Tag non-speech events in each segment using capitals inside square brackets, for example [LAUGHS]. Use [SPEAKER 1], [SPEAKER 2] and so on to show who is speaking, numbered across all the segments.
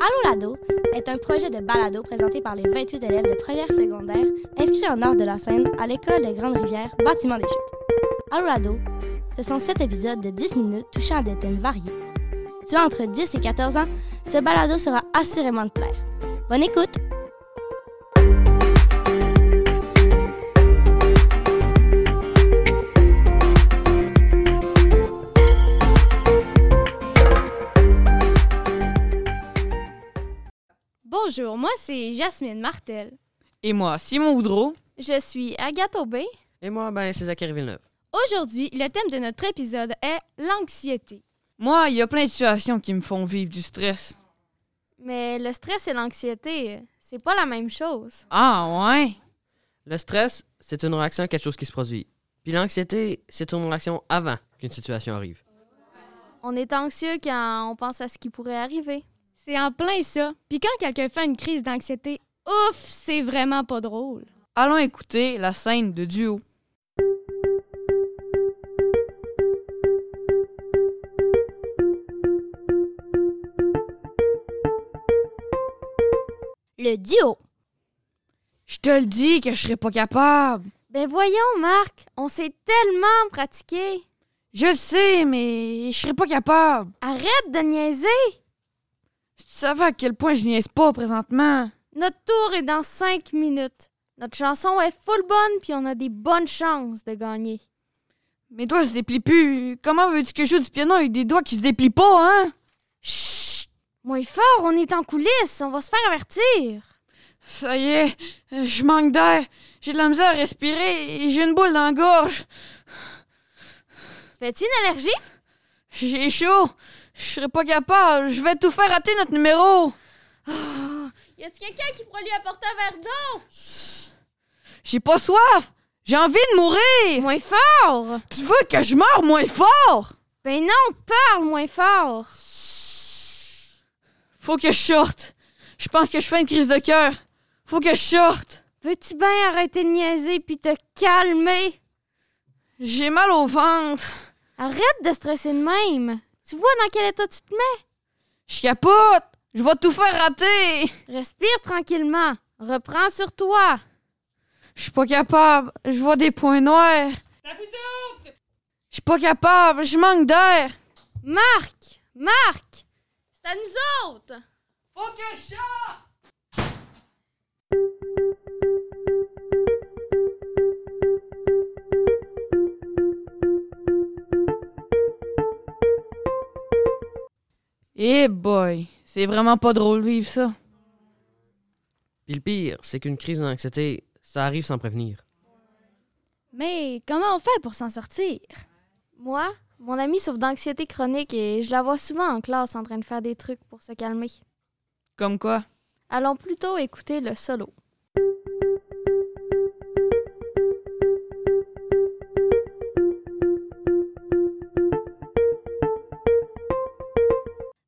[SPEAKER 1] Allons l'ado est un projet de balado présenté par les 28 élèves de première secondaire inscrits en nord de la Seine à l'école de Grande-Rivière, bâtiment des chutes. Allons l'ado, ce sont 7 épisodes de 10 minutes touchant à des thèmes variés. Tu as entre 10 et 14 ans, ce balado sera assurément de plaire. Bonne écoute!
[SPEAKER 2] Bonjour, moi c'est Jasmine Martel.
[SPEAKER 3] Et moi, Simon Houdreau.
[SPEAKER 2] Je suis Agathe Aubé.
[SPEAKER 4] Et moi, ben, c'est Zachary Villeneuve.
[SPEAKER 2] Aujourd'hui, le thème de notre épisode est l'anxiété.
[SPEAKER 3] Moi, il y a plein de situations qui me font vivre du stress.
[SPEAKER 2] Mais le stress et l'anxiété, c'est pas la même chose.
[SPEAKER 3] Ah, ouais?
[SPEAKER 4] Le stress, c'est une réaction à quelque chose qui se produit. Puis l'anxiété, c'est une réaction avant qu'une situation arrive.
[SPEAKER 2] On est anxieux quand on pense à ce qui pourrait arriver. C'est en plein ça. Puis quand quelqu'un fait une crise d'anxiété, ouf, c'est vraiment pas drôle.
[SPEAKER 3] Allons écouter la scène de duo.
[SPEAKER 1] Le duo.
[SPEAKER 3] Je te le dis que je serais pas capable.
[SPEAKER 2] Ben voyons, Marc, on s'est tellement pratiqué.
[SPEAKER 3] Je le sais, mais je serais pas capable.
[SPEAKER 2] Arrête de niaiser!
[SPEAKER 3] Si tu savais à quel point je niaise pas présentement.
[SPEAKER 2] Notre tour est dans cinq minutes. Notre chanson est full bonne, puis on a des bonnes chances de gagner.
[SPEAKER 3] Mes doigts se déplient plus. Comment veux-tu que je joue du piano avec des doigts qui se déplient pas, hein?
[SPEAKER 2] Chut! Moins fort, on est en coulisses, on va se faire avertir.
[SPEAKER 3] Ça y est, euh, je manque d'air. J'ai de la misère à respirer et j'ai une boule dans la gorge.
[SPEAKER 2] Tu fais-tu une allergie?
[SPEAKER 3] J'ai chaud. Je serais pas capable. Je vais tout faire rater notre numéro.
[SPEAKER 2] Y a-t-il quelqu'un qui pourrait lui apporter un verre d'eau?
[SPEAKER 3] J'ai pas soif. J'ai envie de mourir.
[SPEAKER 2] Moins fort!
[SPEAKER 3] Tu veux que je meure moins fort?
[SPEAKER 2] Ben non, parle moins fort!
[SPEAKER 3] Faut que je sorte. Je pense que je fais une crise de cœur. Faut que je sorte.
[SPEAKER 2] Veux-tu bien arrêter de niaiser puis te calmer?
[SPEAKER 3] J'ai mal au ventre.
[SPEAKER 2] Arrête de stresser de même! Tu vois dans quel état tu te mets?
[SPEAKER 3] Je capote. Je vais tout faire rater.
[SPEAKER 2] Respire tranquillement. Reprends sur toi.
[SPEAKER 3] Je suis pas capable. Je vois des points noirs. Je suis pas capable. Je manque d'air.
[SPEAKER 2] Marc! Marc! C'est à nous autres!
[SPEAKER 3] Faut que je sorte. Eh boy, c'est vraiment pas drôle de vivre ça.
[SPEAKER 4] Puis le pire, c'est qu'une crise d'anxiété, ça arrive sans prévenir.
[SPEAKER 2] Mais comment on fait pour s'en sortir? Moi, mon amie souffre d'anxiété chronique et je la vois souvent en classe en train de faire des trucs pour se calmer.
[SPEAKER 3] Comme quoi?
[SPEAKER 2] Allons plutôt écouter le solo.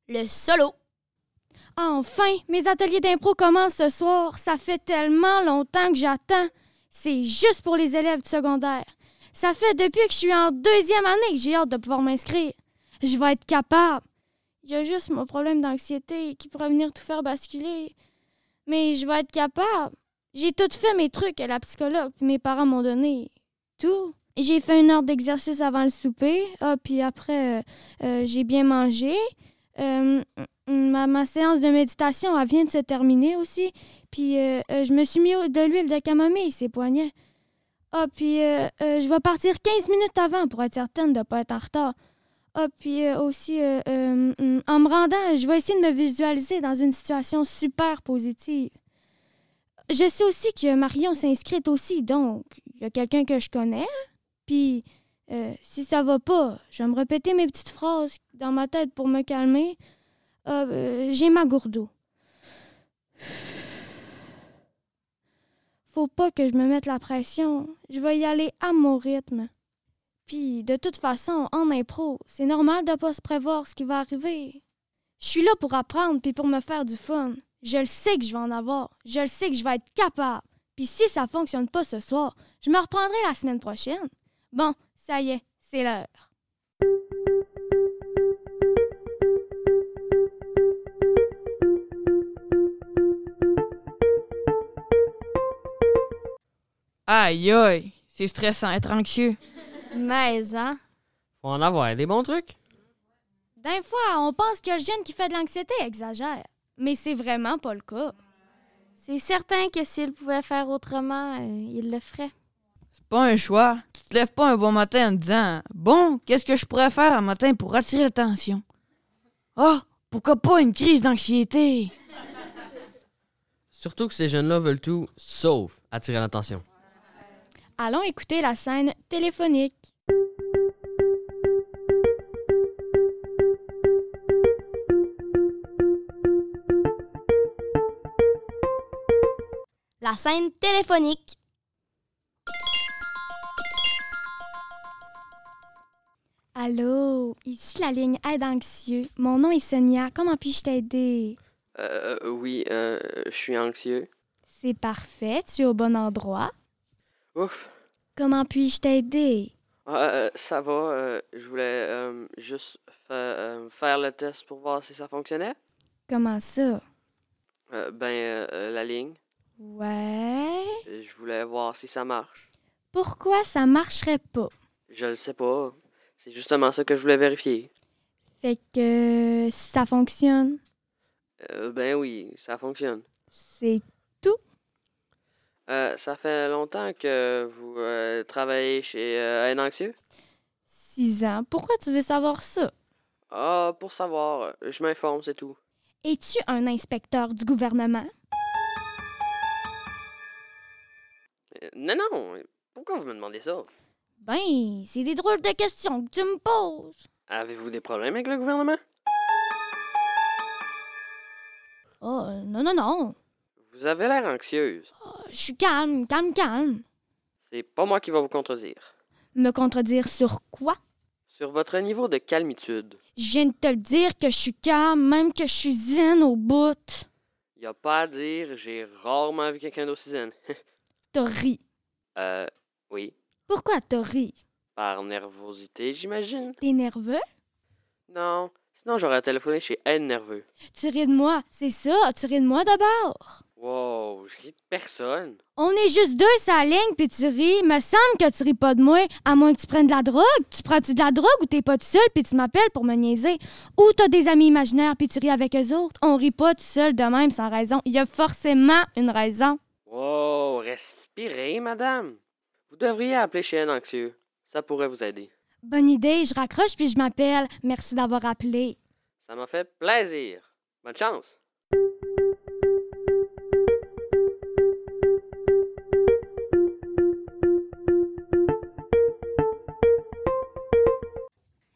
[SPEAKER 1] Le solo.
[SPEAKER 2] Enfin, mes ateliers d'impro commencent ce soir. Ça fait tellement longtemps que j'attends. C'est juste pour les élèves du secondaire. Ça fait depuis que je suis en deuxième année que j'ai hâte de pouvoir m'inscrire. Je vais être capable. Il y a juste mon problème d'anxiété qui pourrait venir tout faire basculer. Mais je vais être capable. J'ai tout fait mes trucs à la psychologue, puis mes parents m'ont donné tout. J'ai fait une heure d'exercice avant le souper. Ah, puis après, euh, euh, j'ai bien mangé. Euh, m- ma, ma séance de méditation, elle vient de se terminer aussi. Puis euh, euh, je me suis mis au- de l'huile de camomille, ses poignets. Ah, puis euh, euh, je vais partir 15 minutes avant pour être certaine de ne pas être en retard. Ah, puis euh, aussi, euh, euh, mm, en me rendant, je vais essayer de me visualiser dans une situation super positive. Je sais aussi que Marion s'est inscrite aussi, donc il y a quelqu'un que je connais. hein. Puis euh, si ça va pas, je vais me répéter mes petites phrases dans ma tête pour me calmer. Ah, euh, j'ai ma gourdeau. Faut pas que je me mette la pression. Je vais y aller à mon rythme. Puis, de toute façon, en impro, c'est normal de pas se prévoir ce qui va arriver. Je suis là pour apprendre puis pour me faire du fun. Je le sais que je vais en avoir. Je le sais que je vais être capable. Puis si ça fonctionne pas ce soir, je me reprendrai la semaine prochaine. Bon, ça y est, c'est l'heure.
[SPEAKER 3] Aïe, aïe, c'est stressant être anxieux.
[SPEAKER 2] Mais, hein?
[SPEAKER 4] Faut en avoir des bons trucs.
[SPEAKER 2] D'un fois, on pense que le jeune qui fait de l'anxiété exagère, mais c'est vraiment pas le cas.
[SPEAKER 5] C'est certain que s'il pouvait faire autrement, euh, il le ferait.
[SPEAKER 3] C'est pas un choix. Tu te lèves pas un bon matin en te disant Bon, qu'est-ce que je pourrais faire un matin pour attirer l'attention Ah, pourquoi pas une crise d'anxiété
[SPEAKER 4] Surtout que ces jeunes-là veulent tout, sauf attirer l'attention.
[SPEAKER 2] Allons écouter la scène téléphonique.
[SPEAKER 1] La scène téléphonique.
[SPEAKER 2] Allô, ici la ligne Aide Anxieux. Mon nom est Sonia. Comment puis-je t'aider?
[SPEAKER 4] Euh, oui, euh, je suis anxieux.
[SPEAKER 2] C'est parfait, tu es au bon endroit.
[SPEAKER 4] Ouf.
[SPEAKER 2] Comment puis-je t'aider?
[SPEAKER 4] Euh, ça va, je voulais euh, juste euh, faire le test pour voir si ça fonctionnait.
[SPEAKER 2] Comment ça?
[SPEAKER 4] ben, la ligne.
[SPEAKER 2] Ouais.
[SPEAKER 4] Je voulais voir si ça marche.
[SPEAKER 2] Pourquoi ça marcherait pas?
[SPEAKER 4] Je le sais pas. C'est justement ça que je voulais vérifier.
[SPEAKER 2] Fait que euh, ça fonctionne.
[SPEAKER 4] Euh, ben oui, ça fonctionne.
[SPEAKER 2] C'est
[SPEAKER 4] Euh, ça fait longtemps que vous euh, travaillez chez euh, Aide Anxieux?
[SPEAKER 2] six ans. Pourquoi tu veux savoir ça?
[SPEAKER 4] Ah, pour savoir, euh, je m'informe, c'est tout.
[SPEAKER 2] Es-tu un inspecteur du gouvernement?
[SPEAKER 4] Euh, non, non, pourquoi vous me demandez ça?
[SPEAKER 2] Ben, c'est des drôles de questions que tu me poses.
[SPEAKER 4] Avez-vous des problèmes avec le gouvernement?
[SPEAKER 2] Oh, euh, non, non, non.
[SPEAKER 4] Vous avez l'air anxieuse.
[SPEAKER 2] Oh, Je suis calme, calme, calme.
[SPEAKER 4] C'est pas moi qui va vous contredire.
[SPEAKER 2] Me contredire sur quoi?
[SPEAKER 4] Sur votre niveau de calmitude,
[SPEAKER 2] Je viens de te le dire que je suis calme, même que je suis zen au bout.
[SPEAKER 4] y a pas à dire, j'ai rarement vu quelqu'un d'aussi zen.
[SPEAKER 2] T'as ri.
[SPEAKER 4] euh, oui,
[SPEAKER 2] Pourquoi t'as ri?
[SPEAKER 4] par nervosité, j'imagine.
[SPEAKER 2] T'es nerveux?
[SPEAKER 4] Non, sinon j'aurais téléphoné chez Aide Nerveux.
[SPEAKER 2] Tu ris de moi, c'est ça, tu ris de moi d'abord.
[SPEAKER 4] Wow, je ris de personne.
[SPEAKER 2] On est juste deux sur la ligne, puis tu ris. Me semble que tu ris pas de moi, à moins que tu prennes de la drogue. Tu prends-tu de la drogue ou t'es pas tout seul, puis tu m'appelles pour me niaiser? Ou t'as des amis imaginaires, puis tu ris avec eux autres? On rit pas tout seul de même sans raison. Il y a forcément une raison.
[SPEAKER 4] Wow, respirez, madame. Vous devriez appeler chez un anxieux. Ça pourrait vous aider.
[SPEAKER 2] Bonne idée, je raccroche, puis je m'appelle. Merci d'avoir appelé.
[SPEAKER 4] Ça m'a fait plaisir. Bonne chance.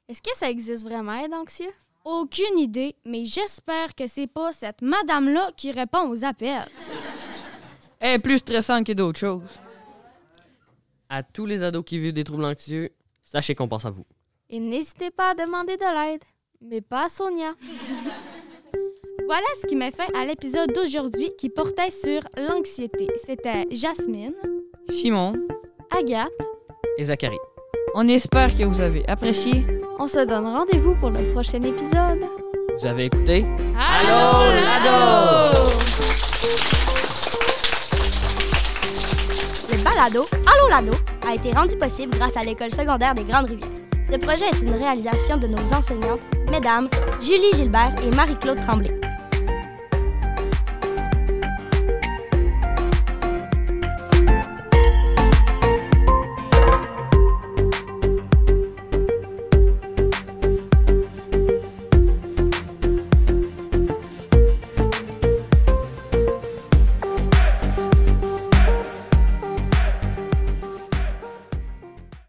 [SPEAKER 5] Est-ce que ça existe vraiment, aide anxieux?
[SPEAKER 2] Aucune idée, mais j'espère que c'est pas cette madame-là qui répond aux appels.
[SPEAKER 3] Elle est Eh, plus stressante que d'autres choses.
[SPEAKER 4] À tous les ados qui vivent des troubles anxieux, sachez qu'on pense à vous.
[SPEAKER 5] Et n'hésitez pas à demander de l'aide, mais pas à Sonia.
[SPEAKER 2] [LAUGHS] Voilà ce qui met fin à l'épisode d'aujourd'hui qui portait sur l'anxiété. C'était Jasmine.
[SPEAKER 3] Simon,
[SPEAKER 5] Agathe,
[SPEAKER 4] Et Zachary.
[SPEAKER 3] on espère que vous avez apprécié.
[SPEAKER 5] on se donne rendez-vous pour le prochain épisode.
[SPEAKER 4] Vous avez écouté?
[SPEAKER 3] Allô, l'ado!
[SPEAKER 1] Le balado Allô Lado a été rendu possible grâce à l'École secondaire des Grandes Rivières. Ce projet est une réalisation de nos enseignantes, mesdames Julie Gilbert et Marie-Claude Tremblay.